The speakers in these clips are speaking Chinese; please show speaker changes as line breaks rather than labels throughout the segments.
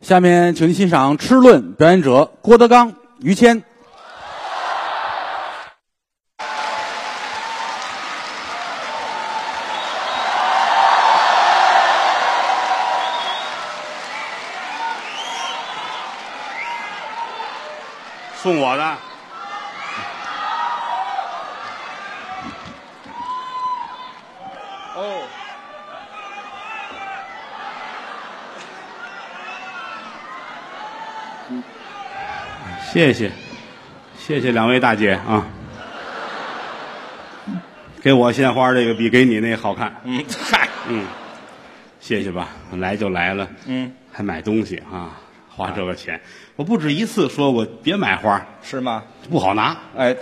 下面，请您欣赏《吃论》，表演者郭德纲、于谦。
送我的。哦，谢谢，谢谢两位大姐啊，给我献花这个比给你那好看，
嗯，嗨，
嗯，谢谢吧，来就来了，
嗯，
还买东西啊，花这个钱，我不止一次说过别买花，
是吗？
不好拿，
哎，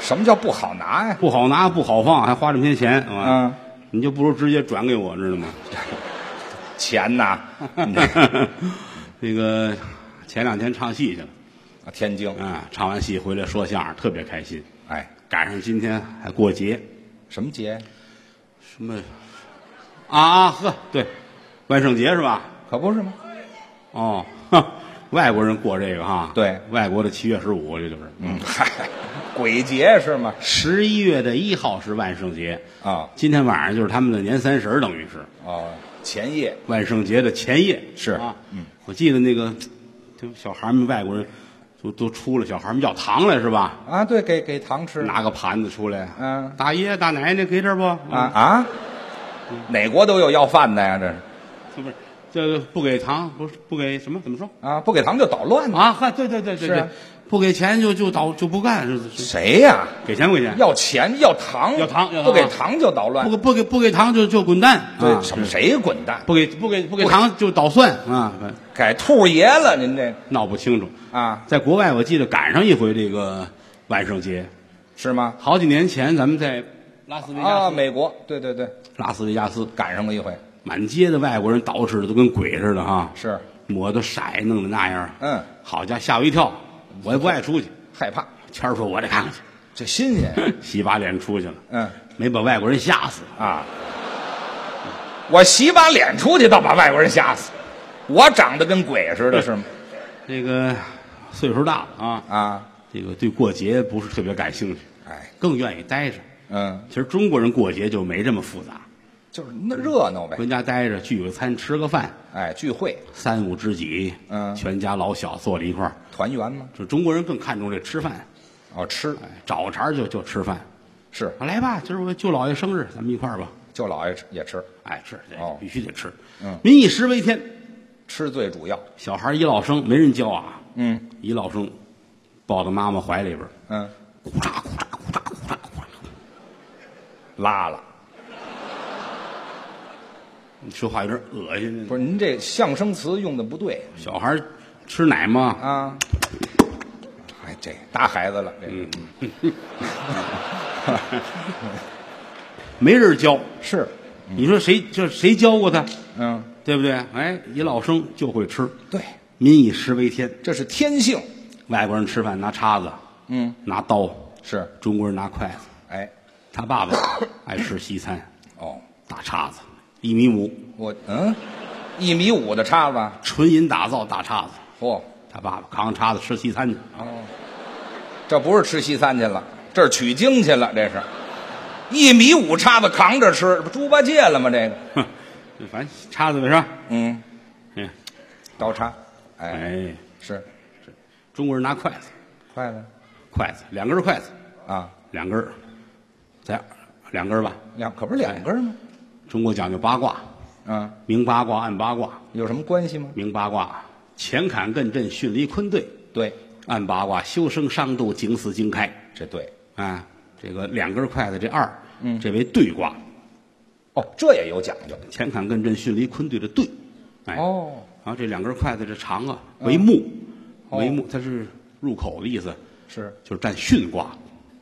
什么叫不好拿呀？
不好拿，不好放，还花这么些钱，啊
嗯，
你就不如直接转给我，知道吗？
钱 呐，啊
那个前两天唱戏去了，
天津，
啊，唱完戏回来说相声，特别开心。
哎，
赶上今天还过节，
什么节？
什么啊啊呵，对，万圣节是吧？
可不是吗？
哦，哼外国人过这个哈，
对
外国的七月十五这就是，
嗯，嗨，鬼节是吗？
十一月的一号是万圣节，
啊，
今天晚上就是他们的年三十儿，等于是
哦，前夜
万圣节的前夜
是
啊，
嗯，
我记得那个，就小孩儿们外国人都都出来，小孩儿们要糖来是吧？
啊，对，给给糖吃
拿个嗯盘子出来，
嗯
大爷大奶奶给点儿不？
啊，啊，
嗯
哪国都有要饭的呀？这是
是嗯不是？这个不给糖，不是不给什么？怎么说
啊，不给糖就捣乱。
啊？嗨，对对对
是
对对
啊，
不给钱就就倒就不干，是是
谁呀？
给钱不给钱？
要钱要糖
要糖要糖
不给糖就捣乱
不。给不给不给糖就就滚蛋，
对
啊，
什么谁滚蛋？
不给不给不给糖就捣蒜啊，反正
改兔爷了，您这
闹不清楚。
啊
在国外，我记得赶上一回这个万圣节，
是吗？
好几年前咱们在拉斯维加
啊，
斯，
美国，对对对，
拉斯维加斯
赶上了一回，
满街的外国人捯饬的都跟鬼似的啊，
是
抹的色弄的那样，
嗯，
好家伙，吓我一跳，我也不爱出去。
害怕，
谦儿说：“我得看看去。”
这新鲜
洗把脸出去了，
嗯
没把外国人吓死。
啊！我洗把脸出去，倒把外国人吓死。我长得跟鬼似的，是吗？
这个岁数大了啊，
啊，
这个对过节不是特别感兴趣，
哎，
更愿意待着。
嗯，
其实中国人过节就没这么复杂，
就是那热闹呗，
回家待着聚个餐，吃个饭，
嗯哎，聚会
三五知己，
嗯
全家老小坐在一块儿。
团圆嘛，
这中国人更看重这吃饭，
哦，吃
哎，找茬儿就就吃饭。
是
啊来吧，今儿我舅姥爷生日，咱们一块儿吧。
舅姥爷吃也吃，
哎，吃，这
哦
必须得吃。
嗯
民以食为天，
吃最主要，
小孩儿一落生没人教啊，
嗯
一落生抱到妈妈怀里边儿，
嗯，
咕喳咕喳咕喳咕喳咕喳，
拉了，
你说话有点恶心。
不是您这相声词用的不对
小孩儿吃奶吗？
啊，哎，这大孩子了，这个
没人教，
是，
你说谁这谁教过他，
嗯，
对不对？哎，一老生就会吃，
对，
民以食为天。
这是天性，
外国人吃饭拿叉子，
嗯，
拿刀，
是，
中国人拿筷子。
哎，
他爸爸爱吃西餐，
哦，
大叉子，一米五，
我嗯，一米五的叉子，
纯银打造大叉子。
嚯、
他爸爸扛着叉子吃西餐去，
这不是吃西餐去了，这是取经去了，这是。一米五叉子扛着吃，这不猪八戒了吗？这个，
哼， 反正叉子呗是吧？
嗯，
嗯，
刀叉，哎，
哎，
是
中国人拿筷子，
筷子
筷子两根筷子，
啊，
两根儿，再两根儿吧。
两可不是两根吗？
中国讲究八卦，
啊，
明八卦暗八卦。
有什么关系吗？
明八卦，乾坎艮震巽离坤兑；
对，
暗八卦，修生伤度景死经开。
这对。
啊，这个两根筷子这二，嗯，这为兑卦，
哦，这也有讲究。
乾坎艮震巽离坤兑的兑。哎，
哦，嗯
然后这两根筷子这长啊，为木，
哦
为木，它是入口的意思，
是
就是占巽卦，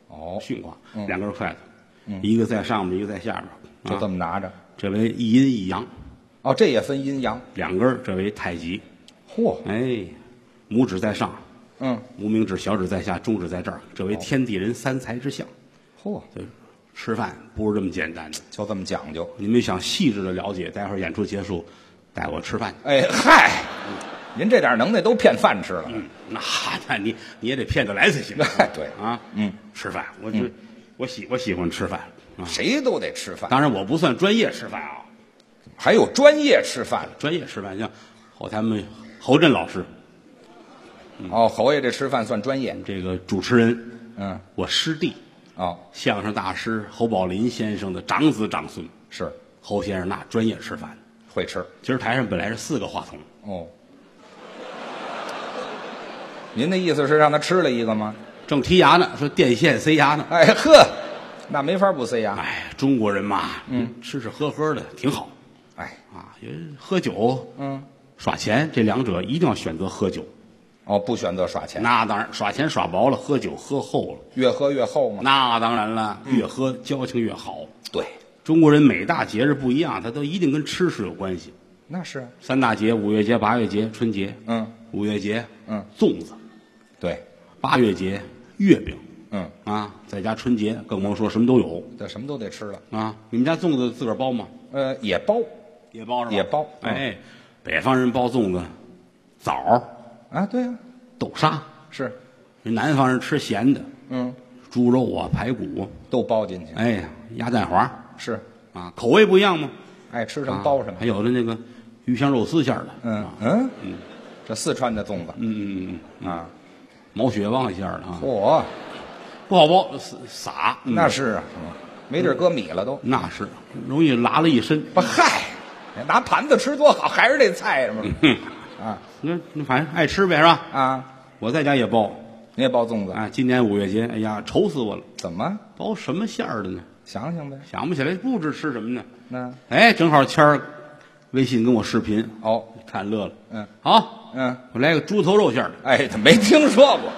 哦，嗯
巽卦，两根筷子，一个在上面，一个在下边。
就这
么，
么拿着。
这为一阴一阳，
哦，这也分阴阳。
两根儿这为太极。
嚯，
哎，拇指在上，
嗯，
无名指、小指在下，中指在这儿，这为天地人三才之象。
嚯，
对，吃饭不是这么简单的。
就这么讲究。
你们想细致的了解，待会儿演出结束，带我吃饭去。
哎嗨，您这点能耐都骗饭吃了。。
嗯，那 那你你也得骗得来才 行
对
啊，嗯，吃饭，我就、我喜我喜欢吃饭啊。
谁都得吃饭，
当然，我不算专业吃饭啊，
还有专业吃饭的
专业吃饭像后台们侯震老师
哦。侯爷这吃饭算专业，
这个主持人，
嗯，
我师弟
哦，
相声大师侯宝林先生的长子长孙
是
侯先生，那专业吃饭。
会吃
今儿台上本来是四个话筒，
哦。您的意思是让他吃了一个吗？
正剔牙呢，说电线塞牙呢。
哎呵，那没法不啊塞牙。
哎，中国人嘛，嗯，吃吃喝喝的挺好
哎，
啊，也喝酒，
嗯，
耍钱，这两者一定要选择喝酒。
哦，不选择耍钱，
那当然，耍钱耍薄了，喝酒喝厚了，
越喝越厚嘛。
那当然了，越喝交情越好。
嗯对，
中国人每大节日不一样，它都一定跟吃是有关系。
那是啊
三大节：五月节、八月节、春节。
嗯，
五月节，
嗯，
粽子；
对，
八月节，月饼。
嗯，
啊，再加春节，更甭说什么都有
这什么都得吃了。
啊。你们家粽子自个儿包吗？
呃，也包
也包是吧？
也包嗯
哎，北方人包粽子，枣儿、
啊，对啊，
豆沙；
是，
人南方人吃咸的，
嗯，
猪肉啊、排骨啊，
都包进去。
哎，鸭蛋黄儿
是，
啊，口味不一样吗？啊
爱吃什么包什么
还。有的那个鱼香肉丝馅儿的，
嗯
啊
嗯，这四川的粽子，
嗯嗯嗯，
啊，
毛血旺馅儿的啊，
嚯，
不好包，撒撒嗯
那是啊，嗯没地儿搁米了都。
那是容易拉了一身。
不嗨，拿盘子吃多好，还是这菜是
嗯
吗？啊
那那反正爱吃呗，是吧？
啊，
我在家也包，
你也包粽子？
啊，今年五月节，哎呀，愁死我了，
怎么？
包什么馅儿的呢？
想想呗。
想不起来，不知吃什么呢。
那
哎，正好谦儿微信跟我视频，
哦，
看乐了。
嗯
好，
嗯，
我来个猪头肉馅儿的，
哎，他没听说过，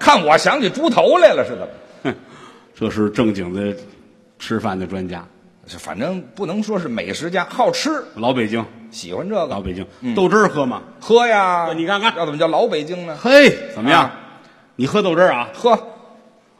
看我想起猪头来了是怎么？
哼，这是正经的吃饭的专家，
是反正不能说是美食家，好吃，
老北京，
喜欢这个，
老北京，
嗯
豆汁儿喝吗？
喝呀。
你看看
要怎么叫老北京呢？
嘿，怎么样？
啊
你喝豆汁儿啊？
喝，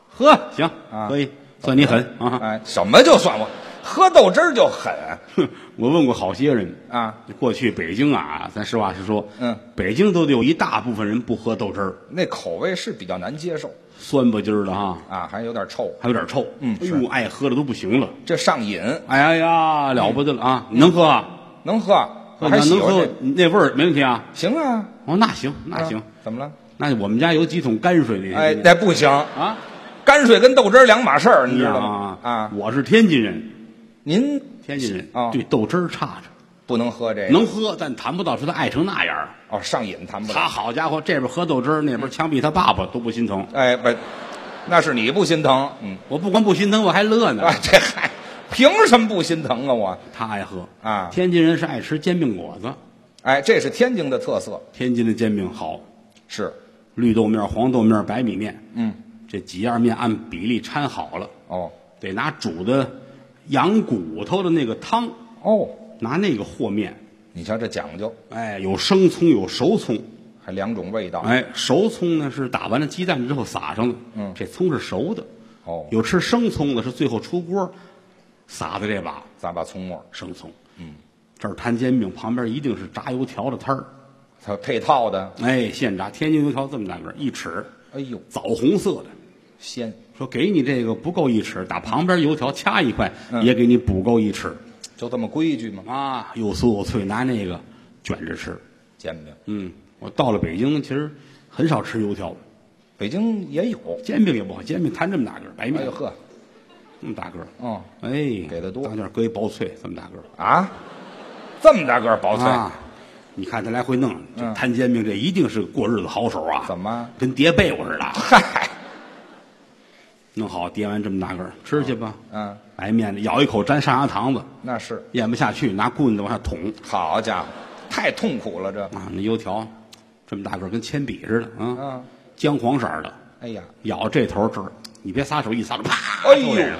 喝，行，
啊
可以，算你狠啊！
哎，什么就算我喝豆汁儿就狠
哼，我问过好些人，
啊？
过去北京啊，咱实话实说，
嗯，
北京都得有一大部分人不喝豆汁儿，
那口味是比较难接受
酸不唧儿的哈，
啊，还有点臭，
还有点臭，
嗯
哎
是
呦，爱喝的都不行了，
这上瘾，
哎呀呀，了不得了啊！你能喝啊？
能喝，嗯我还
能
喜
能
欢
喝
这，
那味儿没问题啊？
行啊，
哦，那行，那
啊
行，，
怎么了？
那我们家有几桶泔水的，
哎，那不行，
啊，
泔水跟豆汁儿两码事儿，你知道吗
啊？
啊，
我是天津人，
您
天津人
哦
对豆汁儿差着。
不能喝这个，
能喝，但谈不到说他爱成那样儿。
哦，上瘾谈不
他
了。
好家伙，这边喝豆汁儿，那边枪毙他爸爸都不心疼。
哎，不，那是你不心疼，嗯，
我不光不心疼，我还乐呢
啊。，这嗨，凭什么不心疼啊我？
他爱喝
啊
天津人是爱吃煎饼果子，
哎，这是天津的特色，
天津的煎饼好，
是，
绿豆面、黄豆面、白米面，
嗯，
这几样面按比例掺好了，
哦，
得拿煮的羊骨头的那个汤，
哦，
拿那个和面。
你瞧这讲究，
哎，有生葱，有熟葱。
还两种味道，
哎，熟葱呢是打完了鸡蛋之后撒上的，
嗯
这葱是熟的。
哦，
有吃生葱的，是最后出锅撒的这把
咱把葱末儿，
生葱。嗯，这儿摊煎饼，旁边一定是炸油条的摊儿。
它配套的，
哎，现炸天津油条这么大个儿，一尺，
哎呦，
枣红色的。
鲜，
说给你这个不够一尺，打旁边油条掐一块，也给你补够一尺
就这么规矩吗？
啊！又酥又脆，拿那个卷着吃。
煎饼，
嗯，我到了北京，其实很少吃油条，
北京也有，
煎饼也不好，煎饼摊这么大个儿，白
哎
面
呦呵，
这么大个儿，
哦
哎，
给得多
当间儿搁一薄脆，这么大个儿。
啊，这么大个儿薄脆，
啊，你看他来回弄，这
嗯
摊煎饼这一定是过日子好手啊！
怎么
跟叠被窝似的？
嗨，
弄好叠完这么大个儿，吃去吧。
嗯，
白面的咬一口沾上牙膛子，
那是，
咽不下去，拿棍子往下捅
好家伙，太痛苦了这，
啊！那油条这么大个儿，跟铅笔似的啊，
嗯，
姜黄色儿的，
哎呀，
咬这头这儿，你别撒手，一撒手啪！
哎呦
就这样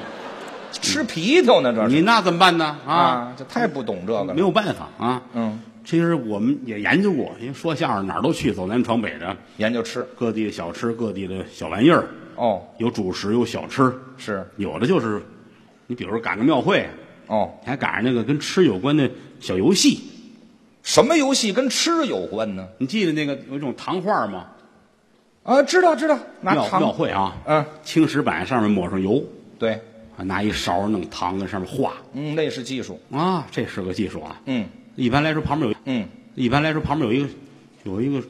吃皮条呢这是
你那怎么办呢？嗯啊，
啊，这太不懂这个了，
没有办法啊。
嗯，
其实我们也研究过，因为说相声哪儿都去，走南闯北的，
研究吃，
各地的小吃，各地的小玩意儿。
哦，
有主食，有小吃，
是，
有的就是，你比如说赶个庙会，
哦，
你还赶上那个跟吃有关的小游戏，
什么游戏跟吃有关呢？
你记得那个有一种糖画吗？
啊，知道知道，拿
庙庙
糖，
会啊，
嗯，
青石板上面抹上油，
对，
啊拿一勺弄糖在上面画
嗯，那是技术，
啊，这是个技术啊。
嗯
一般来说旁边有，
嗯，
一般来说旁边有一个有一个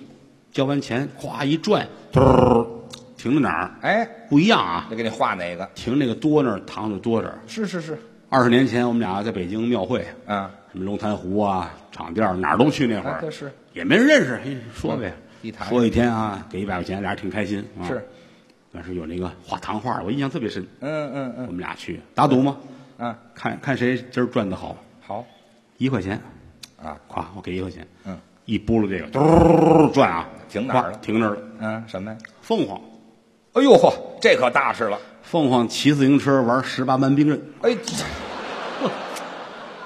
交完钱，咵一转，嘟儿停在哪儿？
哎，
不一样啊，
得给你画哪个？
停那个多那儿，糖就多这儿。
是是是，
二十年前我们俩在北京庙会，
啊，
什么龙潭湖啊、场店儿哪儿都去那会
啊
儿，
这是
也没人认识，嘿说呗，
一谈
说一天啊，给一百块钱，俩人挺开心。啊、
是，
但是有那个画糖画的，我印象特别深。
嗯嗯
我
嗯
们俩去打赌嘛，
啊，
看看谁今儿赚的好，
好
一块钱，
啊，
咵，我给一块钱，
嗯，
一拨了这个，嘟儿转啊，
停哪儿了
咵停那儿了。
嗯，什么呀？
凤凰，
哎呦嚯，这可大事了！
凤凰骑自行车玩十八般兵刃，
哎，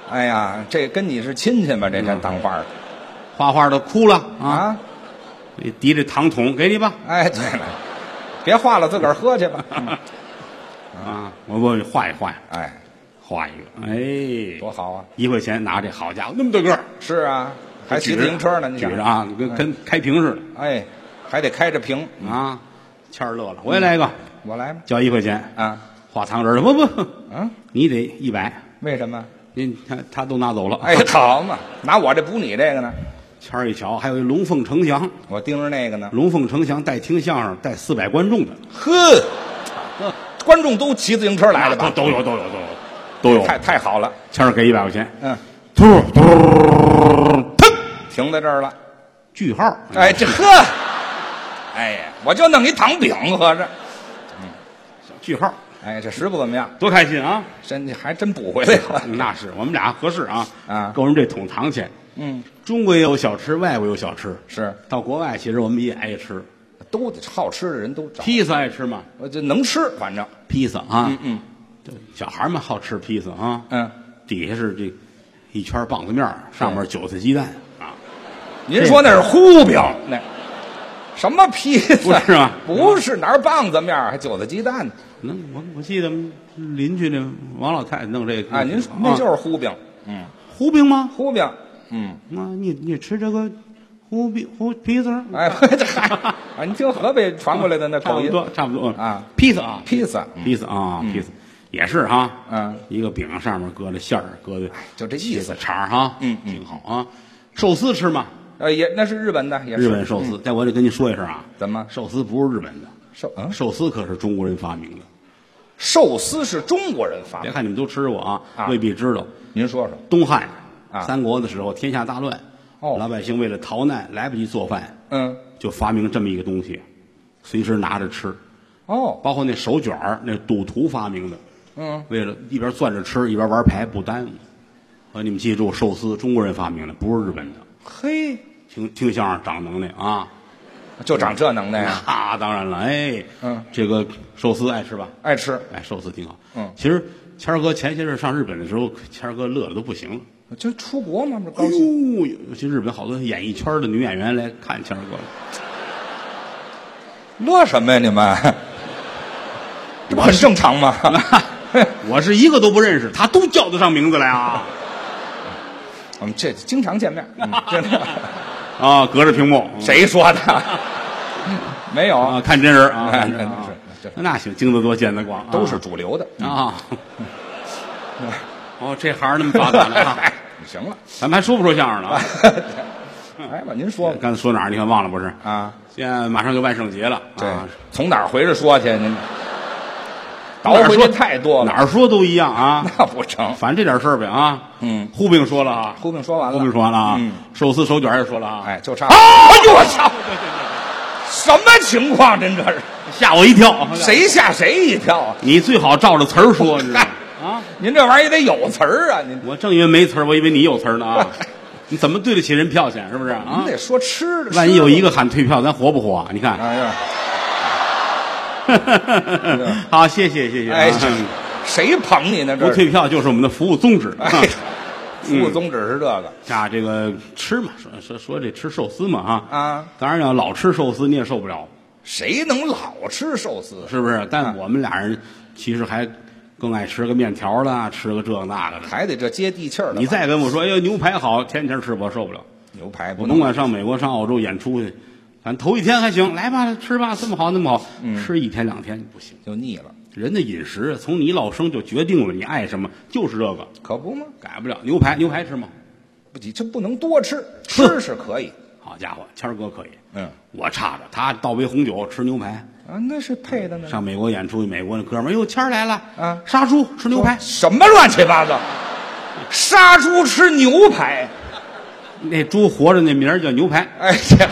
哎呀，这跟你是亲戚吧？这这当画的
画画的哭了嗯啊，
啊？
你提着糖桶给你吧
哎，对了，别画了，自个儿喝去吧。嗯
啊，我我画一画呀，
哎，
画一个，哎，
多好啊！
一块钱拿这好家伙那么大个儿，
是啊，还骑
举着
自行车呢，你
举
想嗯
着？啊，跟跟开屏似
哎，还得开着屏，
的啊。谦儿乐了，我也来一个，
我来吧。
交一块钱，
啊，
画糖人儿不不，
嗯，
你得一百，
为什 么？
您他他都拿走了。
哎，好嘛，拿我这补你这个呢，
谦儿一瞧，还有一龙凤呈祥，
我盯着那个呢。
龙凤呈祥带听相声带四百观众的，
呵，观众都骑自行车来了吧？
都都有都有都有都有。
太太好了，
谦儿给一百块钱，
嗯，
突突腾，
停在这儿了。
句号。
哎，，这呵，哎呀，我就弄一糖饼合着。
句号，
哎，这食不怎么样，
多开心啊！
真还真补回来了。
那是我们俩合适啊
啊
够人这桶糖钱。
嗯，
中国也有小吃，外国有小吃。
是，
到国外其实我们也爱吃，
都得好吃的人都找，
披萨爱吃嘛，
我呃这能吃，反正
披萨啊，
嗯嗯
对，小孩们好吃披萨啊，
嗯。
底下是这一圈棒子面儿，上面韭菜鸡蛋啊，
您说那是糊饼那。什么披萨？
不是吗
不是，哪儿棒子面儿还韭菜鸡蛋呢？
那我我记得邻居那王老太太弄这个
啊，您那就是是糊饼，嗯，
胡饼吗？
糊饼，嗯，
啊，你你吃这个胡饼胡披萨？
哎， 这嗨，啊，您听河北传过来的那
差
口
不
音，
多差不多
啊，
披萨啊，
披萨，嗯
披萨啊，披萨也是哈，
嗯，
一个饼上面搁着馅儿，搁着
就这意
披
思
萨肠儿哈，
嗯嗯
挺好啊。寿司吃吗？
呃，也那是日本的，也是嗯
日本寿司，但我得跟您说一声啊，
怎么
寿司不是日本的，
寿嗯
寿司可是中国人发明的。
寿司是中国人发
别
明。
看你们都吃过啊，
啊
未必知道。
您说说，
东汉
啊
三国的时候，天下大乱，
哦
老百姓为了逃难，来不及做饭，
嗯，
就发明这么一个东西，随时拿着吃。
哦，
包括那手卷儿，那赌徒发明的，
嗯，
为了一边攥着吃，一边玩牌不耽误。呃，你们记住，寿司中国人发明的，不是日本的。
嘿，
听听相声长能耐啊！
就长这能耐呀，
啊，当然了，哎，
嗯，
这个寿司爱吃吧？
爱吃，
哎，寿司挺好。
嗯
其实谦儿哥前些日上日本的时候，谦儿哥乐的都不行了。
就出国嘛，这
哎
高兴。
呦，尤其日本好多演艺圈的女演员来看谦儿哥了，
乐什么呀你们？ 这不很正常吗？
我是一个都不认识，他都叫得上名字来 啊！
我们这经常见面，嗯真的。
啊，隔着屏幕，嗯
谁说的？ 没
啊，
有，
看真人啊，
哎
看真人啊
是是
那行，经得多，见得广啊，
都是主流的。
啊。 哦，这行儿那么发达呢 啊！
行了，
咱们还说不说相声了啊？
哎来吧，您说吧。
刚才说哪儿？你看忘了不是？
啊，
现在马上就万圣节了，
对
啊，，
从哪儿回着说去？您
哪
倒
儿
回
说
去太多
哪
了，
儿说都一样啊。
那不成。
反正这点事儿呗啊。
嗯
胡饼说了啊，
胡饼说完了
胡饼说完了啊
嗯。
寿司手卷儿也说了啊。
哎，就差。哎呦我操！什么情况？真这是
吓我一跳！
谁哦吓谁一跳啊？
你最好照着词儿说，你知道吗？啊，
您这玩意儿也得有词儿啊！您
我正因为没词儿，我以为你有词儿 呢啊。你怎么对得起人票钱？是不是啊
您？得说吃的。
万一有一
个，
个喊退票，咱活不活啊？你看，
哎呀，
好，谢谢谢谢啊。
哎，这谁捧你呢？
不
这是
退票就是我们的服务宗旨啊
哎。， 副宗旨是这个
啊，这个吃嘛，说说说这吃寿司嘛啊。
啊？
当然要老吃寿司你也受不了，
谁能老吃寿司？
是不是？但我们俩人其实还更爱吃个面条啦，吃个这个那个的。
还得这接地气儿的吧。
哎你再跟我说，哎呦牛排好，天天吃我受不了。
牛排不
我
能
甭管上美国、上澳洲演出去，咱头一天还行，来吧，吃吧，这么好，那么好，吃一天两天不行。
就腻了，
人的饮食啊从你一落生就决定了你爱什么，就是这个，
可不吗？
改不了。牛排，牛排吃吗？
不急，这不能多吃，吃是可以，
好家伙，谦儿哥可以，
嗯
我差着，他倒杯红酒吃牛排。
啊，那是配的呢。
上美国演出，美国那哥们儿，哟，谦儿来了，
啊
杀猪吃牛排，
什么乱七八糟？杀猪吃牛排？
那猪活着那名儿叫牛排，
哎呀，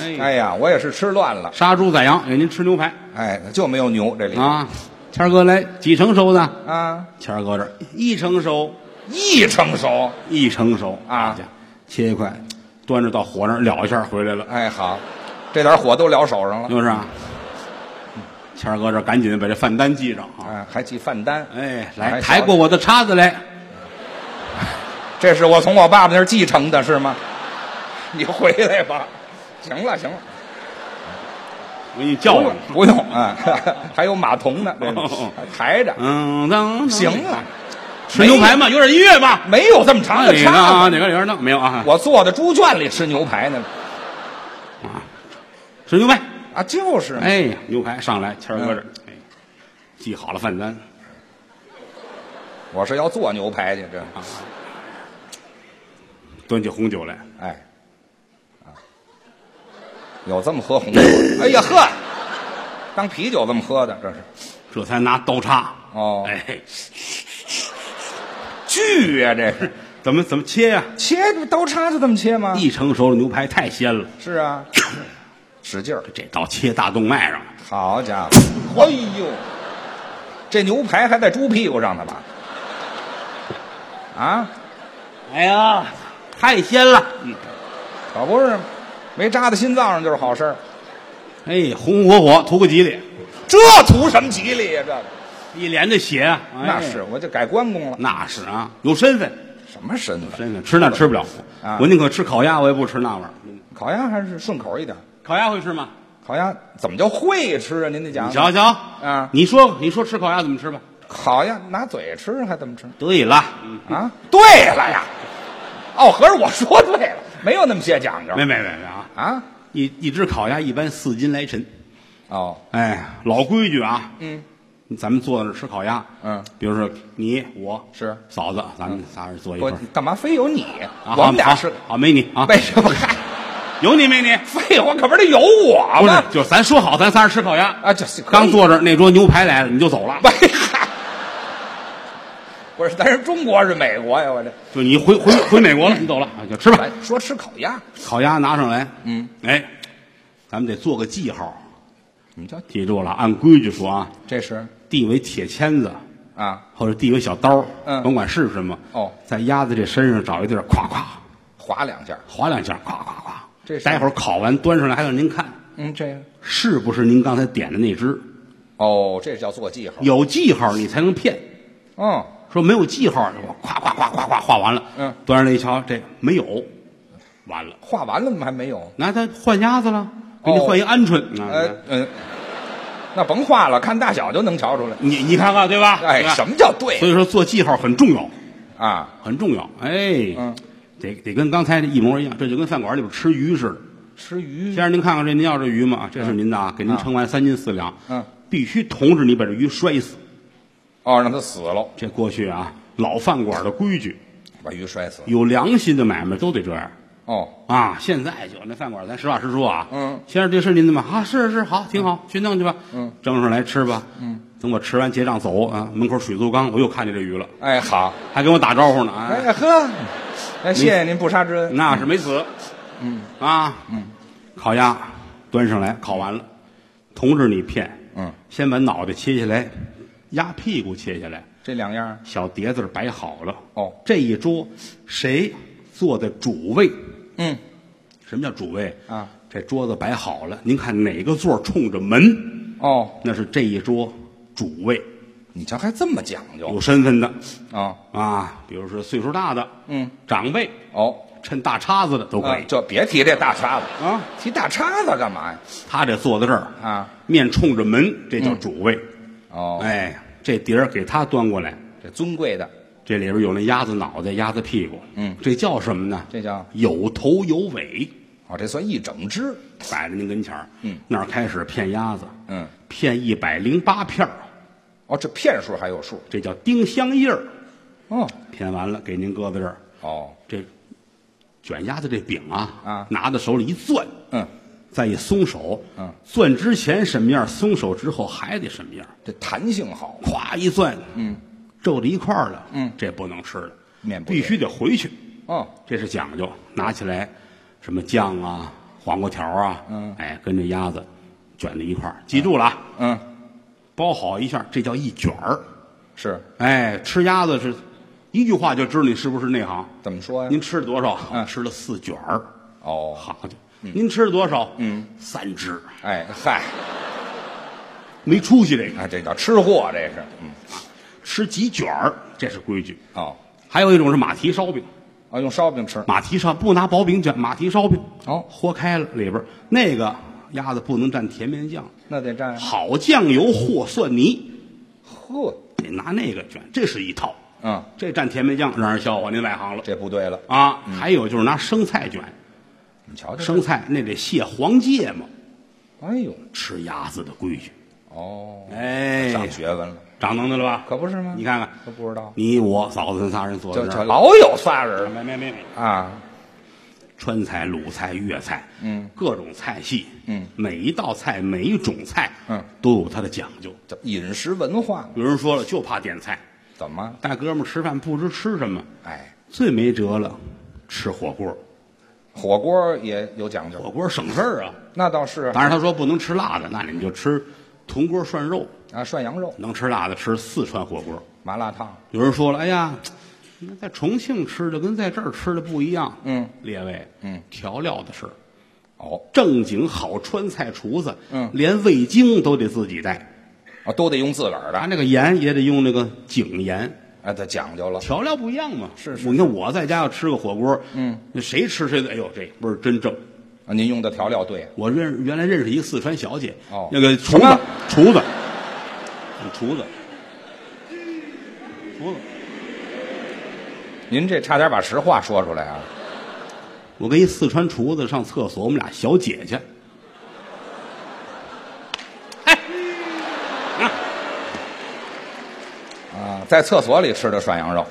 哎
哎呀，我也是吃乱了。
杀猪宰羊给您吃牛排
哎，就没有牛这里
啊，谦儿哥来几成熟的？
啊，
谦儿哥这儿一成熟，
一成熟。
一成熟好
啊
家伙切一块，端着到火那儿燎一下回来了，
哎，好，这点火都燎手上了。
就是啊。谦儿哥这儿赶紧把这饭单记上啊！
哎，还记饭单。
哎，
还
来
瞧
抬过我的叉子来，
这是我从我爸爸那儿继承的，是吗？你回来吧。行了，行了，
我给你叫
不
上
用。不用啊， 还有马童呢，这
哦
抬着。
嗯，当
行，了，
吃牛排嘛，有点音乐嘛。
没有这么长的
哪个
叉
啊？
子。
哪个里边呢？没有啊？
我坐在猪圈里吃牛排呢。
吃牛排。
啊，就是嘛
哎呀，牛排上来，谦儿哥这儿，哎，记好了饭单。
我是要做牛排去，这
端起红酒来，
哎，啊，有这么喝红酒的？哎呀呵， 当啤酒这么喝的，这是
这才拿刀叉。
哦
哎，
锯呀、这是
怎么怎么切呀？
切刀叉就这么切吗？
一成熟的牛排太鲜了，
是啊， 使劲儿，
这刀切大动脉上了。
好家伙，哎呦，这牛排还在猪屁股上呢吧？啊，
哎呀，太鲜了！
可不是吗，没扎到心脏上就是好事儿，
哎，红红火火，图个吉利，
这图什么吉利呀、这个
一脸的血啊！哎
那是，我就改关公了，
那是啊，有身份，
什么身份？
身份吃那吃不了
啊，
我宁可吃烤鸭，我也不吃那玩意儿。
烤鸭还是顺口一点。
烤鸭会吃吗？
烤鸭怎么叫会吃啊？您得讲
你瞧瞧
啊
你说你说吃烤鸭怎么吃吧？
烤鸭拿嘴吃还怎么 吃
得以了，
啊？对了呀，哦，合着我说对了，没有那么些讲究
没没没没啊！
啊。
一一只烤鸭一般四斤来沉。
哦，
哎，老规矩啊，
嗯，
咱们坐在那儿吃烤鸭，
嗯，
比如说你我
是
嫂子，咱们仨人坐一块
我
儿。
干嘛非有你？
啊
我们俩
好
是
好没你啊？
为什么还
有你没你？
废话？可不是得有我
不是
吗？，
就是咱说好，咱仨人吃烤鸭
啊就是可以
刚坐这儿那桌牛排来了，你就走了，
喂，嗨，不是，咱是中国是美国呀？我这
就你回回回美国了，你走了，啊就吃吧
来。说吃烤鸭，
烤鸭拿上来，
哎嗯，
哎，咱们得做个记号，
你瞧，
记住了，按规矩说啊，
这是
递为铁签子
啊，
或者递为小刀，
嗯
甭管是什么，
哦
在鸭子这身上找一地儿，咵咵
划两下，
划两下，咵咵咵。
这是
待会儿烤完端上来，还让您看
嗯，这样，
是不是您刚才点的那只，
哦，这叫做记号，
有记号你才能骗。
嗯。
说没有记号，我咵咵咵咵咵画完了，
嗯，
端上来一瞧，这没有，完了，
画完了吗？还没有？啊
那他换鸭子了，给你
哦
换一鹌鹑，啊
呃嗯，那甭画了，看大小就能瞧出来。
你你看看对吧？
哎
对，吧
什么叫对
所以说做记号很重要，
啊？
很重要。哎，
嗯
得得跟刚才一模一样，这就跟饭馆里边吃鱼似的。
吃鱼
先生，您看看这您要这鱼吗？啊这是您的啊，给您称完三斤四两。
嗯，
必须同志你把这鱼摔死。
哦，让他死了，
这过去啊，老饭馆的规矩，
把鱼摔死了。
有良心的买卖都得这样
哦，
啊。现在就那饭馆，咱实话实说啊。
嗯，
先生，这是您的吗？啊，是是，好，挺好，去弄去吧。
嗯，
蒸上来吃吧。嗯，等我吃完结账走啊，门口水族缸我又看见这鱼了，
哎好，
还跟我打招呼呢。哎
哎呀呵，哎谢谢您不杀之恩。
那是没死。嗯啊，嗯，烤鸭端上来，烤完了，同志你骗，
嗯，
先把脑袋切下来，鸭屁股切下来，
这两样
小碟子摆好了。
哦
这一桌谁坐的主位？
嗯，
什么叫主位
啊？
这桌子摆好了，您看哪个座冲着门，
哦，
那是这一桌主位，
你瞧还这么讲究
有身份的
啊？
啊，比如说岁数大的，
嗯，
长辈，
哦，
抻大叉子的都可
啊
以
就别提这大叉子，
啊。
提大叉子干嘛呀？
他这坐在这儿
啊，
面冲着门，这叫主位。哎
哦，
哎，这碟儿给他端过来，
这尊贵的
这里边有那鸭子脑袋、鸭子屁股，
嗯
这叫什么呢？
这叫
有头有尾，
哦，这算一整只，
摆在您跟前儿，
嗯，
那儿开始骗鸭子，
嗯，
骗一百零八片儿
哦，这片数还有数，
这叫丁香叶儿，
哦
骗完了给您搁在这儿，
哦，
这卷鸭子这饼啊，
啊
拿到手里一攥，
嗯，
再一松手，
嗯，
攥之前什么样，松手之后还得什么样，
这弹性好，
咵一攥，嗯，皱到一块儿了，
嗯
这不能吃了，
面部
必须得回去，
哦，
这是讲究，拿起来什么酱啊、黄瓜条啊，
嗯
哎，跟这鸭子卷在一块儿，记住了啊，
嗯，
包好一下，这叫一卷儿，
是
哎，吃鸭子是一句话就知道你是不是内行。
怎么说呀？
您吃了多少？啊
嗯
吃了四卷儿，
哦，
好家伙！您吃了多少？嗯，三只，
哎嗨，
没出息这个。
啊，这叫吃货，这是，嗯，
吃几卷儿，这是规矩。
哦，
还有一种是马蹄烧饼，
哦，用烧饼吃，
马蹄烧不拿薄饼卷，马蹄烧饼
哦
豁开了里边儿那个鸭子不能蘸甜面酱，
那得蘸，
好酱油和蒜泥，
呵，
得拿那个卷，这是一套。
嗯，
这蘸甜面酱让人笑话，您外行了
这不对了，
啊！还有就是拿生菜卷，
你瞧瞧，
生，菜那得卸黄芥末，
哎呦，
吃鸭子的规矩。
哦，
哎，
上学问了，
长能耐了吧？
可不是吗？
你看看，
都不知道，
你我嫂子咱仨人坐在
就
这
就
儿，
老有仨人
没没没没，
啊，
川菜、鲁菜、粤菜，
嗯，
各种菜系，
嗯，
每一道菜、每一种菜，
嗯，
都有它的讲究。
这饮食文化
有人说了，就怕点菜，
怎么？
大哥们儿吃饭不知吃什么，
哎，
最没辙了，吃火锅，
火锅也有讲究，
火锅省事儿啊。
那倒是
当然他说不能吃辣的，那你们就吃铜锅涮肉，
啊，涮羊肉、
能吃辣的吃四川火锅。
麻辣烫，
有人说了，哎呀，那在重庆吃的跟在这儿吃的不一样。
嗯，
列位，
嗯，
调料的事儿，
哦，
正经好川菜厨子，
嗯
连味精都得自己带，
啊，都得用自个儿
咱
的，
那个盐也得用那个井盐，
哎，这讲究了，
调料不一样嘛。
是是
我你看我在家要吃个火锅，嗯，谁吃谁的，哎呦，这味儿真正。
啊您用的调料对，
我认原来认识一个四川小姐，
哦
那个厨
什
子
么，
厨子，嗯厨子，厨子。
您这差点把实话说出来啊！
我跟一四川厨子上厕所，我们俩小姐姐。
啊，在厕所里吃的涮羊肉，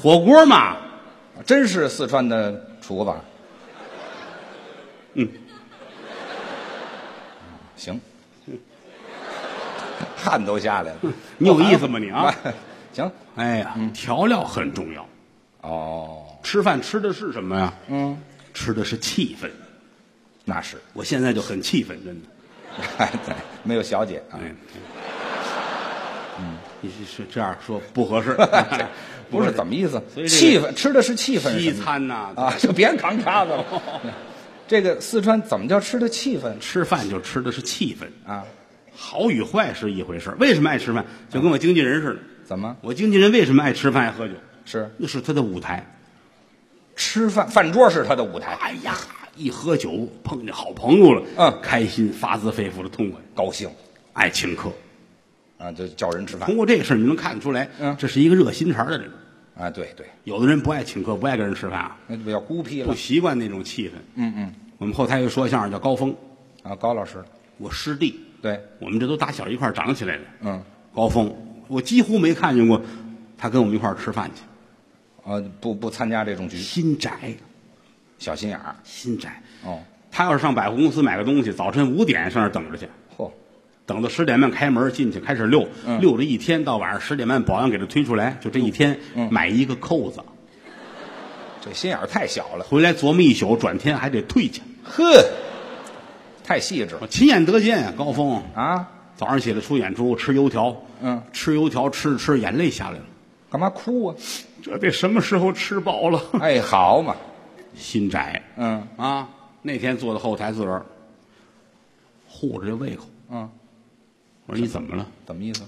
火锅嘛，
真是四川的厨子。
嗯，
啊行， 汗都下来了。
你有意思吗你嗯啊？
行，
哎呀，调料很重要。
嗯哦，
吃饭吃的是什么呀？
嗯，
吃的是气氛。
那是，
我现在就很气愤，真的。
对，没有小姐啊，，
哎，嗯，你是是这样说 不合适
不是怎么意思？
所以这
气
个
氛吃的是气氛是
西
什么，
餐呐、
啊，就别扛叉子了。这个四川怎么叫吃的气氛
吃饭就吃的是气氛，
啊？
好与坏是一回事儿为什么爱吃饭？就跟我经纪人似的，
怎么
我经纪人为什么爱吃饭爱喝酒？
是
那是他的舞台。
吃饭？饭桌是他的舞台，
哎呀，一喝酒碰见好朋友了，
嗯
开心，发自肺腑的痛快，
高兴
爱请客。
啊，就叫人吃饭
通过这个事儿，你能看得出来，
嗯
这是一个热心肠的人。
啊，对对，
有的人不爱请客，不爱跟人吃饭啊，
那就比较孤僻
不
了。
习惯那种气氛。
嗯嗯，
我们后台有说相声叫高峰，
啊，高老师，
我师弟，
对，
我们这都打小一块儿长起来的。
嗯，
高峰，我几乎没看见过他跟我们一块儿吃饭去。
啊，不不参加这种局，
心窄，
小心眼儿。
心窄。
哦，
他要是上百货公司买个东西，早晨五点上那儿等着去，
嚯，
等到十点半开门进去开始溜，
嗯
溜了一天，到晚上十点半保安给他推出来，就这一天、
嗯
买一个扣子，
这心眼儿太小了，
回来琢磨一宿，转天还得退去。
呵，太细致
我亲眼得见啊，高峰
啊！
早上起来出演出，吃油条，
嗯，
吃油条吃着吃着眼泪下来了，
干嘛哭啊？
这得什么时候吃饱了？
哎，好嘛，
心窄
嗯
啊！那天坐在后台自个儿护着这胃口，
嗯，
我说你怎么了？
怎么意思？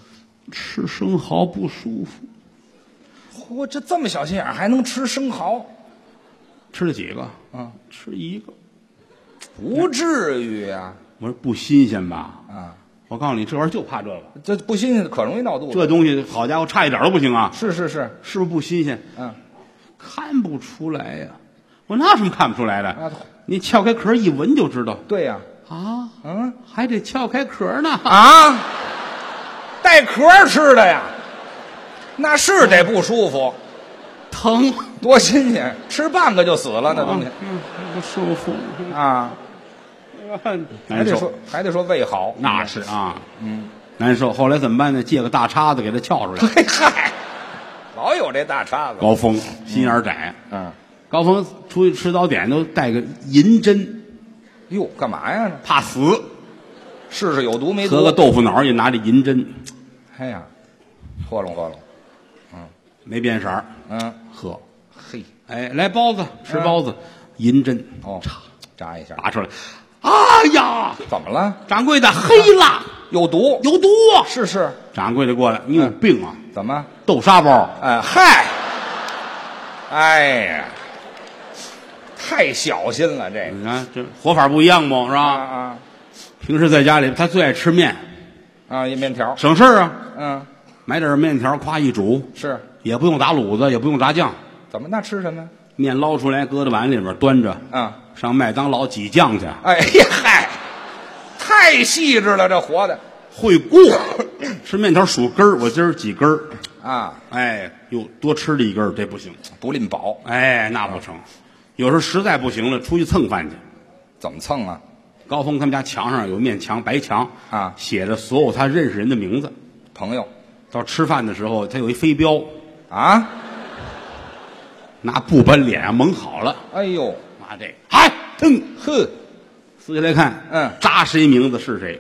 吃生蚝不舒服，
嚯，这这么小心眼儿还能吃生蚝？
吃了几个？
嗯，
吃一个。
不至于啊！
我说不新鲜吧？
啊，
我告诉你，这玩意儿就怕这个，
这不新鲜，可容易闹肚子。
这东西好家伙，差一点儿都不行啊！
是是是，
是不是不新鲜？
嗯，
看不出来呀、我哪有什么看不出来的？
啊
你撬开壳一闻就知道
对呀、
啊，
嗯
还得撬开壳呢。
啊，带壳儿吃的呀，那是得不舒服，
疼，
多新鲜，吃半个就死了那东西
嗯，不舒服，
啊，还
难
得
受
说。还得说胃好，
那是啊，嗯，难受。后来怎么办呢？借个大叉子给它撬 出来。
嘿嗨，老有这大叉子，
高峰心眼儿窄，
嗯，
高峰出去吃早点都带个银针，
哟，干嘛呀？
怕死。
试试有毒没毒？
和个豆腐脑儿也拿着银针，
哎呀，豁拢豁拢，
没变色儿，
嗯，
喝。
嘿，
哎，来包子，吃包子，银针
哦，扎一下，
拔出来，哎呀，
怎么了？
掌柜的黑了，
有毒？
有毒啊！
是是，
掌柜的过来，你有病啊！
怎么？
豆沙包，
哎嗨，哎呀，太小心了这个
哎你看这活法不一样不是
啊
吧？
啊
平时在家里，他最爱吃面，
啊！一面条，
省事儿啊，
嗯，
买点面条，夸一煮，
是
也不用打卤子，也不用炸酱，
怎么？那吃什么呀？
面捞出来，搁到碗里边端着，
啊，
上麦当劳挤酱去，
哎呀嗨，太细致了，这活的
会 过。吃面条数根儿，我今儿几根儿，
啊，
哎，又多吃了一根儿，这不行，
不吝饱，
哎，那不成。有时候实在不行了，出去蹭饭去。
怎么蹭啊？
高峰他们家墙上有面墙，白墙
啊
写着所有他认识人的名字。
朋友
到吃饭的时候，他有一飞镖，
啊，
拿布把脸上蒙好了，
哎呦，
拿这个嗨腾
哼，
撕下来看，
嗯
扎谁名字是谁。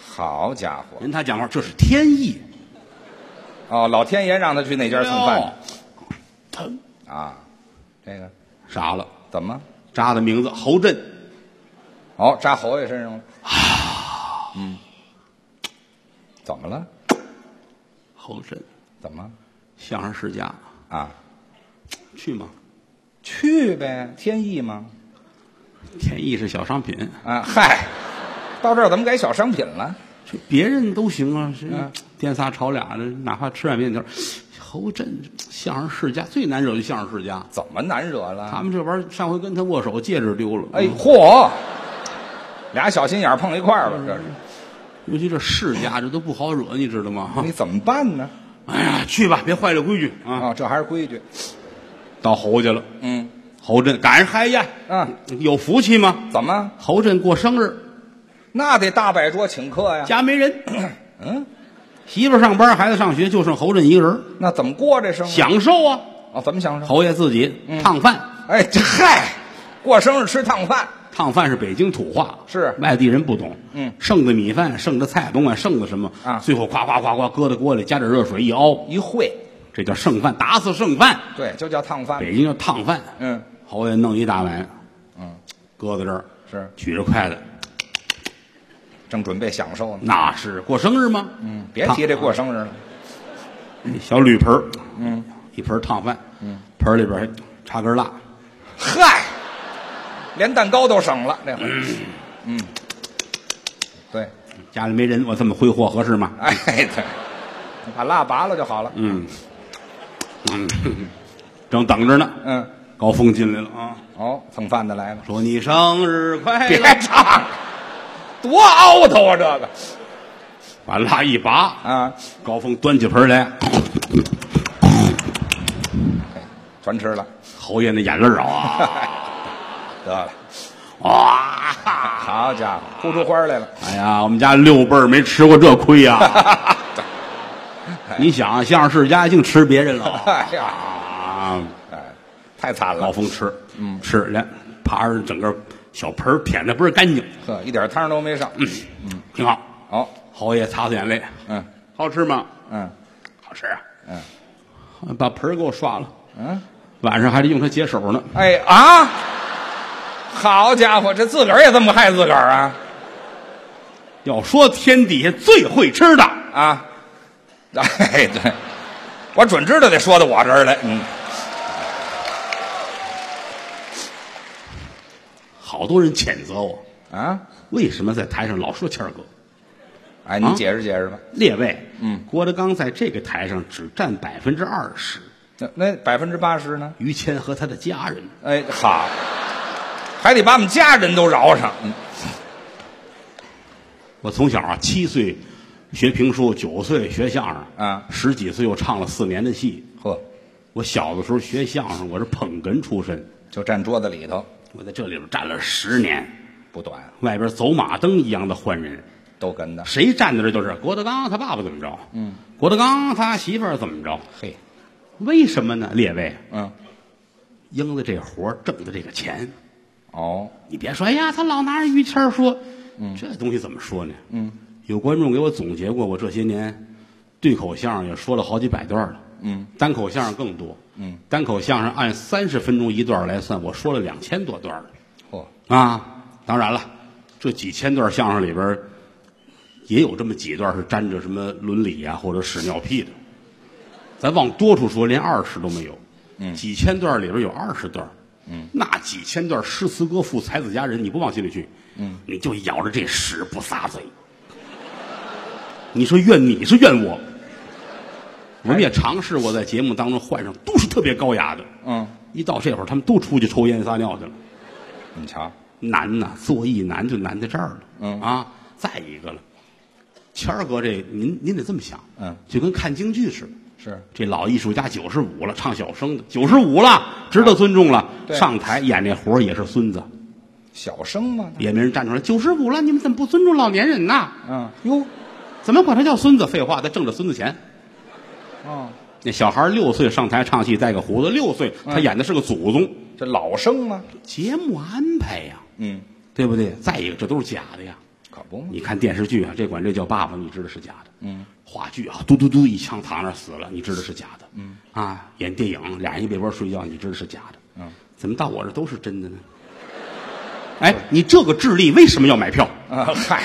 好家伙，
人他讲话，这是天意。
哦，老天爷让他去那家蹭饭
哎呦，腾
去啊，这个
傻了，
怎么？
扎的名字侯震，
哦，扎侯爷身上了，嗯，怎么了？
侯震，
怎么？
相声世家，
啊，
去吗？
去呗，天意嘛。
天意是小商品，
啊，嗨，到这儿怎么改小商品了？
这别人都行啊，是
嗯
颠仨炒俩的，哪怕吃碗面条。侯震相声世家最难惹的相声世家，
怎么难惹了？
他们这玩意儿上回跟他握手，戒指丢了。嗯
哎，嚯，俩小心眼儿碰一块儿了，这是
尤其这世家这都不好惹，你知道吗？
你怎么办呢？
哎呀，去吧，别坏了规矩啊！
啊，这还是规矩。
到侯家了，
嗯，
侯震赶上嗨呀，
啊，
有福气吗？
怎么？
侯震过生日，
那得大摆桌请客呀。
家没 人，
嗯，
媳妇儿上班，孩子上学，就剩侯震一个人，
那怎么过这生活？
享受啊！
哦，怎么享受？
侯爷自己烫饭，
哎，这嗨，过生日吃烫饭，
烫饭是北京土话，
是
外地人不懂。
嗯
剩的米饭，剩的菜，甭管剩的什么
啊
最后夸夸夸夸搁到锅里，加点热水一熬，
一会，
这叫剩饭，打死剩饭。
对，就叫烫饭。
北京叫烫饭。
啊嗯，
侯爷弄一大碗，
嗯，
搁在这儿，
是
举着筷子，
正准备享受呢。
那是过生日吗？
嗯，别提这过生日了。
小铝盆儿，嗯，一盆儿烫饭，嗯，盆儿里边儿还插根蜡，
嗨，连蛋糕都省了这回。嗯，对，
家里没人，我这么挥霍合适吗？
哎对，把蜡拔了就好了。
嗯，嗯，正等着呢。
嗯，
高峰进来了啊，
哦，蹭饭的来了，
说你生日快
别
乐，
唱了，多凹头啊这个
把蜡一拔，
啊，
高峰端起盆来，
全吃了，
侯爷那眼泪儿 啊
得了，
啊！
好家伙，哭出花来了。
哎呀，我们家六辈儿没吃过这亏呀、 你想啊，相声世家净吃别人了
哎呀，
啊！
哎，太惨
高
了，
峰吃，嗯，吃连爬着整个小盆儿舔的倍儿干净，
呵，一点汤都没上。
嗯挺好。
好，
侯爷擦擦眼泪，
嗯
好吃吗？
嗯
好吃啊！
嗯
把盆儿给我刷了，
嗯，
晚上还得用它解手呢。
哎啊，好家伙，这自个儿也这么害自个儿啊！
要说天底下最会吃的，
啊， 哎，对，我准知道得说到我这儿来。嗯，
好多人谴责我，
啊，
为什么在台上老说谦儿哥？
哎，你
啊
解释解释吧。
列位，
嗯，
郭德纲在这个台上只占百分之二十，
那那百分之八十呢？
于谦和他的家人。
哎，好，还得把我们家人都饶上。嗯
我从小啊，七岁学评书，九岁学相声，
啊
十几岁又唱了四年的戏。
呵，
我小的时候学相声，我是捧哏出身，
就站桌子里头
我在这里边站了十年，
不短，
外边走马灯一样的换人，
都跟的。
谁站在这就是郭德纲他爸爸怎么着，嗯，郭德纲他媳妇儿怎么着，
嘿，
为什么呢？列位，
嗯，
英子这活儿挣的这个钱，
哦，
你别说，哎呀，他老拿着于谦儿说，这东西怎么说呢？嗯，有观众给我总结过，我这些年对口相声也说了好几百段了，嗯，单口相声更多，嗯，单口相声按三十分钟一段来算，我说了两千多段了
嚯，
啊。当然了，这几千段相声里边儿，也有这么几段是沾着什么伦理啊或者屎尿屁的，咱往多处说，连二十都没有。嗯，几千段里边有二十段。嗯，那几千段诗词歌赋、才子佳人，你不往心里去，嗯，你就咬着这屎不撒嘴。你说怨你是怨我，我们也尝试过在节目当中换上，都是特别高雅的。
嗯，
一到这会儿，他们都出去抽烟撒尿去了。
你瞧，
难呐，做艺难就难在这儿了。
嗯
啊，再一个了，谦儿哥这您您得这么想，
嗯，
就跟看京剧似的。
是
这老艺术家九十五了，唱小生的九十五了，值得尊重了。
对
上台演这活儿也是孙子，
小生吗？
也没人站出来。九十五了，你们怎么不尊重老年人呐？
嗯，哟，
怎么管他叫孙子？废话，他挣着孙子钱。
哦，
那小孩儿六岁上台唱戏，带个胡子，六岁
嗯
他演的是个祖宗。
这老生吗？
节目安排呀，
嗯，
对不对？再一个，这都是假的呀。
可不嘛。
你看电视剧啊，这管这叫爸爸，你知道是假的。
嗯，
话剧啊，嘟嘟嘟一枪躺那儿死了，你知道是假的。嗯，啊，演电影俩人一被窝睡觉，你知道是假的。
嗯，
怎么到我这都是真的呢？哎，你这个智力为什么要买票？
啊，嗨，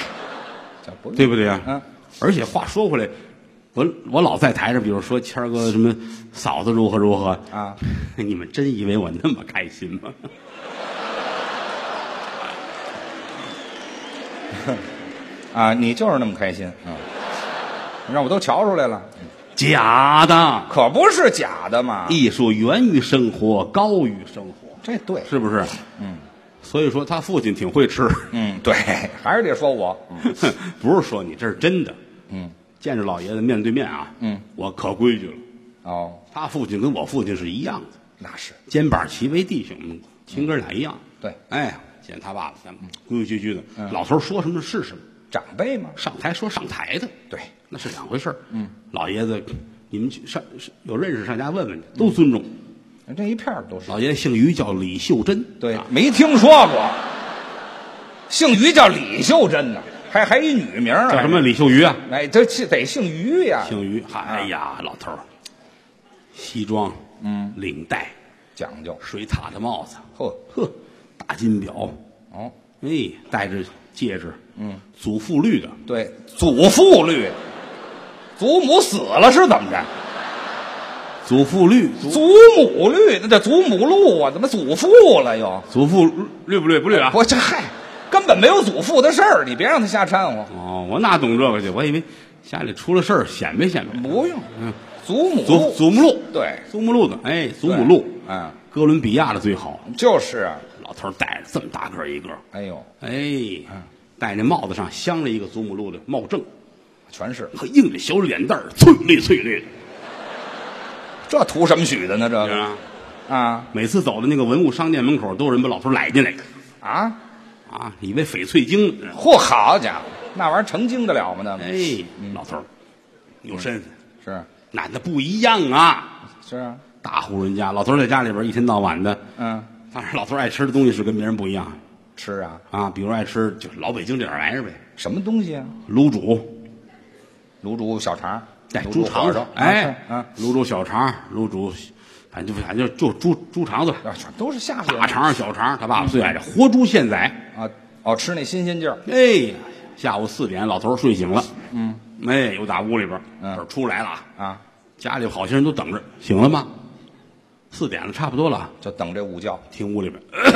这不
对不对啊？
嗯，
而且话说回来，我我老在台上，比如说谦儿哥什么嫂子如何如何，
啊，
你们真以为我那么开心吗？
啊，你就是那么开心啊，你让我都瞧出来了，
假的，
可不是假的嘛。
艺术源于生活，高于生活。
这对，
是不是？嗯，所以说他父亲挺会吃，
嗯，对， 还是得说我，嗯
不是说你这是真的。嗯，见着老爷子面对面啊，
嗯，
我可规矩了。
哦，
他父亲跟我父亲是一样的，
那是
肩膀齐为弟兄，亲哥俩一样。
对
哎，见他爸爸，咱们规规矩矩的，老头儿说什么是什么，
长辈嘛，
上台说上台的，
对，
那是两回事儿。嗯，老爷子，你们去上有认识上家问问去，都尊重。
这一片儿都是
老爷子姓于，叫李秀珍。
对
啊，
没听说过，姓于叫李秀珍呢，还还一女名儿
叫什么？李秀于啊？
哎，这姓得姓于呀，
姓于，哎呀，老头儿，西装，嗯，领带，
讲究，
水獭的帽子，
呵，
呵，大金表，
哦，
哎，戴着戒指，嗯，祖父绿的，
对，祖父绿，祖母死了是怎么着？
祖父绿，祖
祖母绿，那叫祖母绿啊，怎么祖父了又？
祖父绿不绿？不绿啊！
我这嗨，根本没有祖父的事儿，你别让他瞎掺和。
哦，我哪懂这个去？我以为家里出了事儿，显摆显摆。
不用，祖母
嗯祖祖母绿，
对，
祖母绿的，哎，祖母绿，
嗯，
哥伦比亚的最好。
就是啊，
老头儿戴着这么大个儿一个儿，
哎呦，
哎，戴那帽子上镶了一个祖母绿的帽正。
全是
还硬着小脸蛋儿，翠绿翠绿
这图什么许的呢？这
的。
个
啊，
啊
每次走到那个文物商店门口，都有人把老头儿揽进来，
啊，
啊，以为翡翠精呢。
嚯，好家伙，那玩意儿成精得了吗？那
哎，
嗯
老头儿有身份，
是啊
男的不一样啊。
是啊，
大户人家，老头儿在家里边一天到晚的，
嗯，
当然老头儿爱吃的东西是跟别人不一样
吃啊，
啊，比如爱吃就是老北京这点玩意儿呗，
什么东西啊？
卤煮，
卤煮小肠，
哎，
卤
猪
煮
肠
火
子
烧，，
哎，
啊，
卤煮小肠，卤煮，反正就反正就猪猪肠子，
是啊，全都是下水
大肠小肠，他爸爸最爱这活猪现宰。
啊，哦，吃那新鲜劲儿，
哎呀，下午四点，老头儿睡醒了。嗯，哎，又打屋里边儿，
嗯
这儿出来了啊，
啊，
家里好些人都等着，醒了吗？四点了，差不多了。
就等这午觉，
听屋里边，呃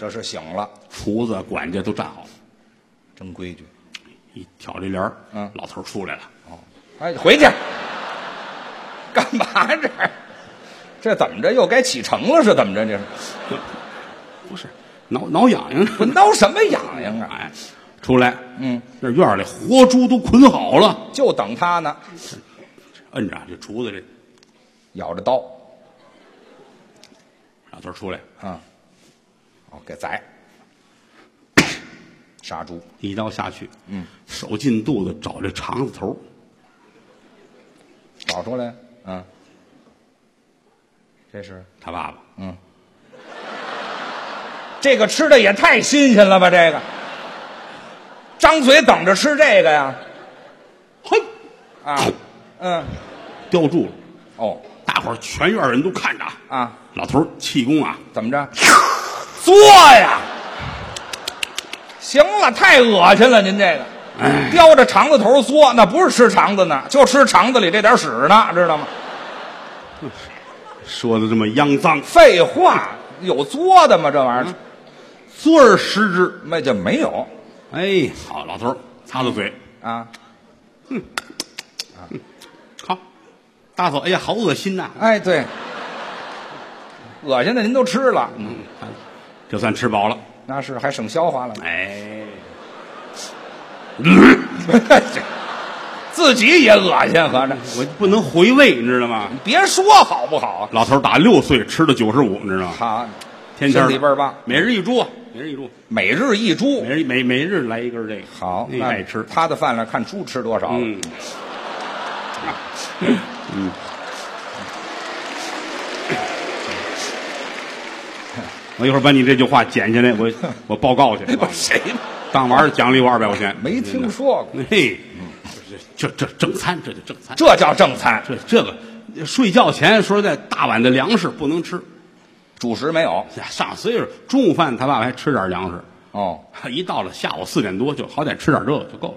这是醒了，
厨子、管家都站好了，
真规矩，
一挑这帘儿，
嗯
老头儿出来了，
哎，回去，干嘛这儿？这怎么着又该启程了？是怎么着？这是
不是挠挠痒 痒，
我挠什么痒痒啊？
哎，出来，
嗯，
那院儿里活猪都捆好了，
就等他呢，
摁着啊这厨子这
咬着刀
老头儿出来，
啊，哦，给宰， 杀猪，
一刀下去，嗯，手进肚子找这肠子头儿，
找出来，嗯，这是
他爸爸
这个吃的也太新鲜了吧？这个张嘴等着吃这个呀，
嘿
啊，嗯，
叼住了，
哦，
大伙儿全院人都看着
啊，
老头儿气功啊，
怎么着？嘬呀！行了，太恶心了，您这个，叼着肠子头嘬，那不是吃肠子呢，就吃肠子里这点屎呢，知道吗？
说的这么肮脏，
废话，有嘬的吗？这玩意儿，
坐而食之，
那就没有
哎，好，老头儿擦擦嘴，
啊。
好，大嫂，哎呀，好恶心呐、
哎，对，恶心的您都吃了，
这算吃饱了，
那是还省消化了。
哎，
自己也恶心，合着
我不能回味，你知道吗？
别说好不好？
老头儿打六岁吃到九十五，你知道吗？
好，
天天
身体倍儿棒，
每日一株，每日一株，
每日一猪
每。日每每日来一根这个，
好，
那
那
爱吃。
他的饭量，看猪吃多少了。
嗯，我一会儿把你这句话剪下来， 我我报告去。
不哎谁
当晚上奖励我二百块钱，
没听说过？
嘿，这这正餐，这就正餐。
这叫正餐，
这这个睡觉前说实在，大碗的粮食不能吃。哎
主食没有。
呀上岁数，中午饭他爸爸还吃点粮食，
哦，
一到了下午四点多就好歹吃点这个就够了。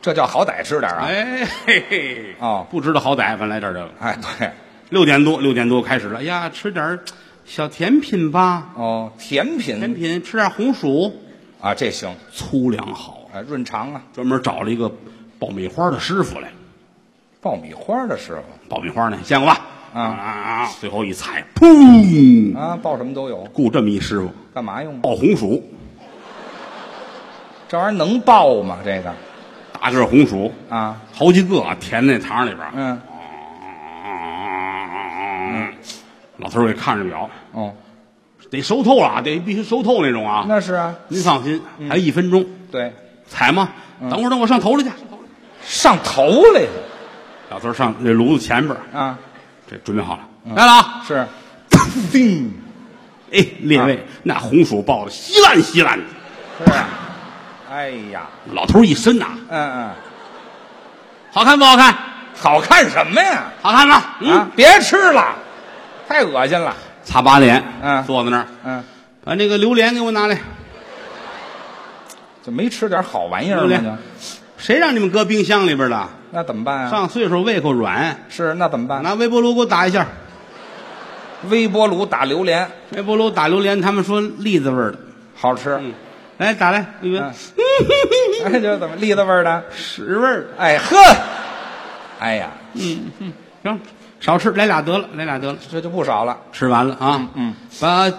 这叫好歹吃点啊。
哎嘿嘿，
哦
不知道好歹，反来点这个。
哎，对，
六点多，六点多开始了。哎呀，吃点儿小甜品吧，
哦，甜
甜
品
品吃点红薯，
啊，这行，
粗粮好。
哎，润肠啊，
专门找了一个爆米花的师傅来，
爆米花的师傅
爆米花呢见过吧？
啊
啊！最后一踩，砰！
啊，爆什么都有，
雇这么一师傅
干嘛用啊？
爆红薯，
这玩意儿能爆吗？这个
大个儿红薯，
啊，
好几个啊，填那糖里边儿。
嗯，
老头儿也看着表，
哦，
得熟透了啊，得必须熟透那种啊。
那是啊，
您放心，还有一分钟，
对，
踩吗？
嗯
等会儿，等我上头了去。
上头来了
老头儿上这炉子前边儿，
啊，
这准备好了，
嗯
来了啊！
是，叮，
哎，列
啊
位，那红薯爆的稀烂稀烂的，
是啊，哎呀，
老头儿一伸呐，
嗯嗯，
好看不好看？
好看什么呀？
好看吧？
啊
嗯，，
别吃了，太恶心了。
擦把脸，
嗯
坐在那儿，
嗯，
把那个榴莲给我拿来。
就没吃点好玩意儿
榴
吗？
莲
就
谁让你们搁冰箱里边的？
那怎么办啊？
上岁数胃口软，
是那怎么办？
拿微波炉给我打一下。
微波炉打榴莲
微波炉打榴莲，他们说栗子味儿的。
好吃，
嗯，来打来，一闻
嗯，哎，这怎么栗子味儿的？
屎味儿的。
哎呵，哎呀，
行，少吃，来俩得了，来俩得了。
这就不少了，
吃完了啊，
嗯嗯，
把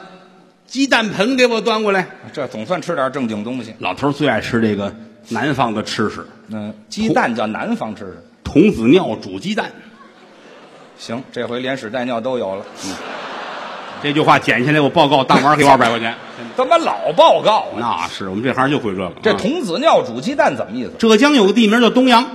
鸡蛋盆给我端过来。
这总算吃点正经东西。
老头儿最爱吃这个南方的吃食，
嗯，鸡蛋叫南方吃的。
童子尿煮鸡蛋。
行，这回连屎带尿都有了，
这句话剪下来，我报告当晚给我二百块钱。
怎么老报告啊？
那是我们这行就会这个。
这
啊
童子尿煮鸡蛋怎么意思？
浙江有个地名叫东阳，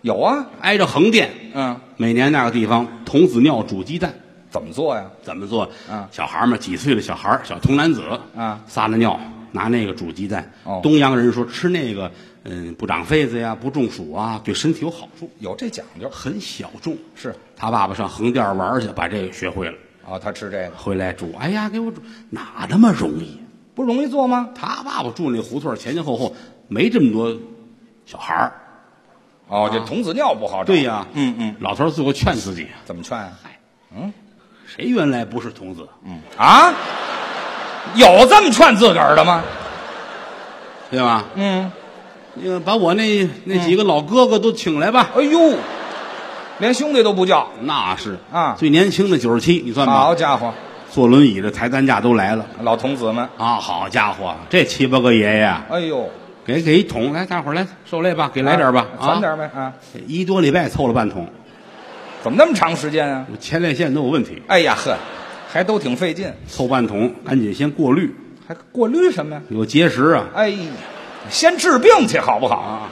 有啊，
挨着横店，
嗯，
每年那个地方童子尿煮鸡蛋。
怎么做呀？
怎么做？
嗯
小孩儿嘛，几岁的小孩儿，小童男子，
嗯
撒了尿，拿那个煮鸡蛋。
哦
东洋人说吃那个，嗯，不长痱子呀，不中暑啊，对身体有好处，
有这讲究
很小众。
是
他爸爸上横店玩儿去，把这个学会了，
啊、他吃这个
回来煮。哎呀，给我煮，哪那么容易？啊
不容易做吗？
他爸爸住那胡同儿前前后后没这么多小孩儿。
哦，这童子尿不好找。
啊对呀，
嗯嗯，
老头儿最后劝自己，
怎么劝啊？
谁原来不是童子？
啊，有这么劝自个儿的吗？
对吧？
嗯，
那个把我那那几个老哥哥都请来吧。
哎呦，连兄弟都不叫，
那是
啊
最年轻的九十七，你算吧
好，家伙，
坐轮椅的抬担架都来了
老童子们，
啊！好家伙，这七八个爷爷
哎呦，
给给一桶，来，大伙儿来受累吧，给来点儿吧，
啊攒点儿呗啊！
啊一多礼拜凑了半桶，
怎么那么长时间啊？
我前列腺都有问题，
哎呀呵，还都挺费劲，
凑半桶，赶紧先过滤，
还过滤什么呀？
有结石啊，
哎呀，先治病去好不好啊？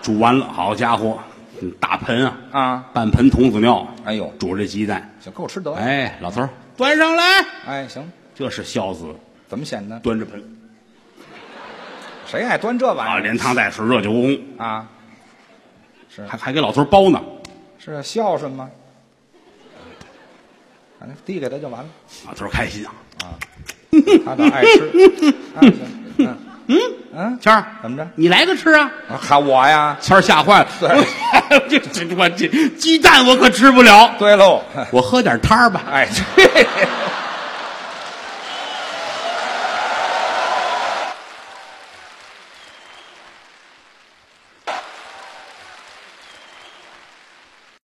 煮完了，好家伙，嗯大盆啊，
啊，
半盆童子尿，
哎呦，
煮这鸡蛋，
行，够吃得了。
哎，老头儿端上来，
哎，行，
这是孝子，
怎么显得？
端着盆
谁爱端这玩意
啊，
儿
连汤带水，热酒烘烘，
啊？
还还给老头儿包呢，
是啊孝顺吗？反正递给他就 完了，
老头儿开心啊，
他倒爱吃。 啊，行，嗯嗯
谦儿
怎么着
你来个吃啊！
啊，喊我呀？
谦儿吓坏了，
对
这这我这鸡蛋我可吃不了，
对喽，
我喝点汤儿吧。
哎，这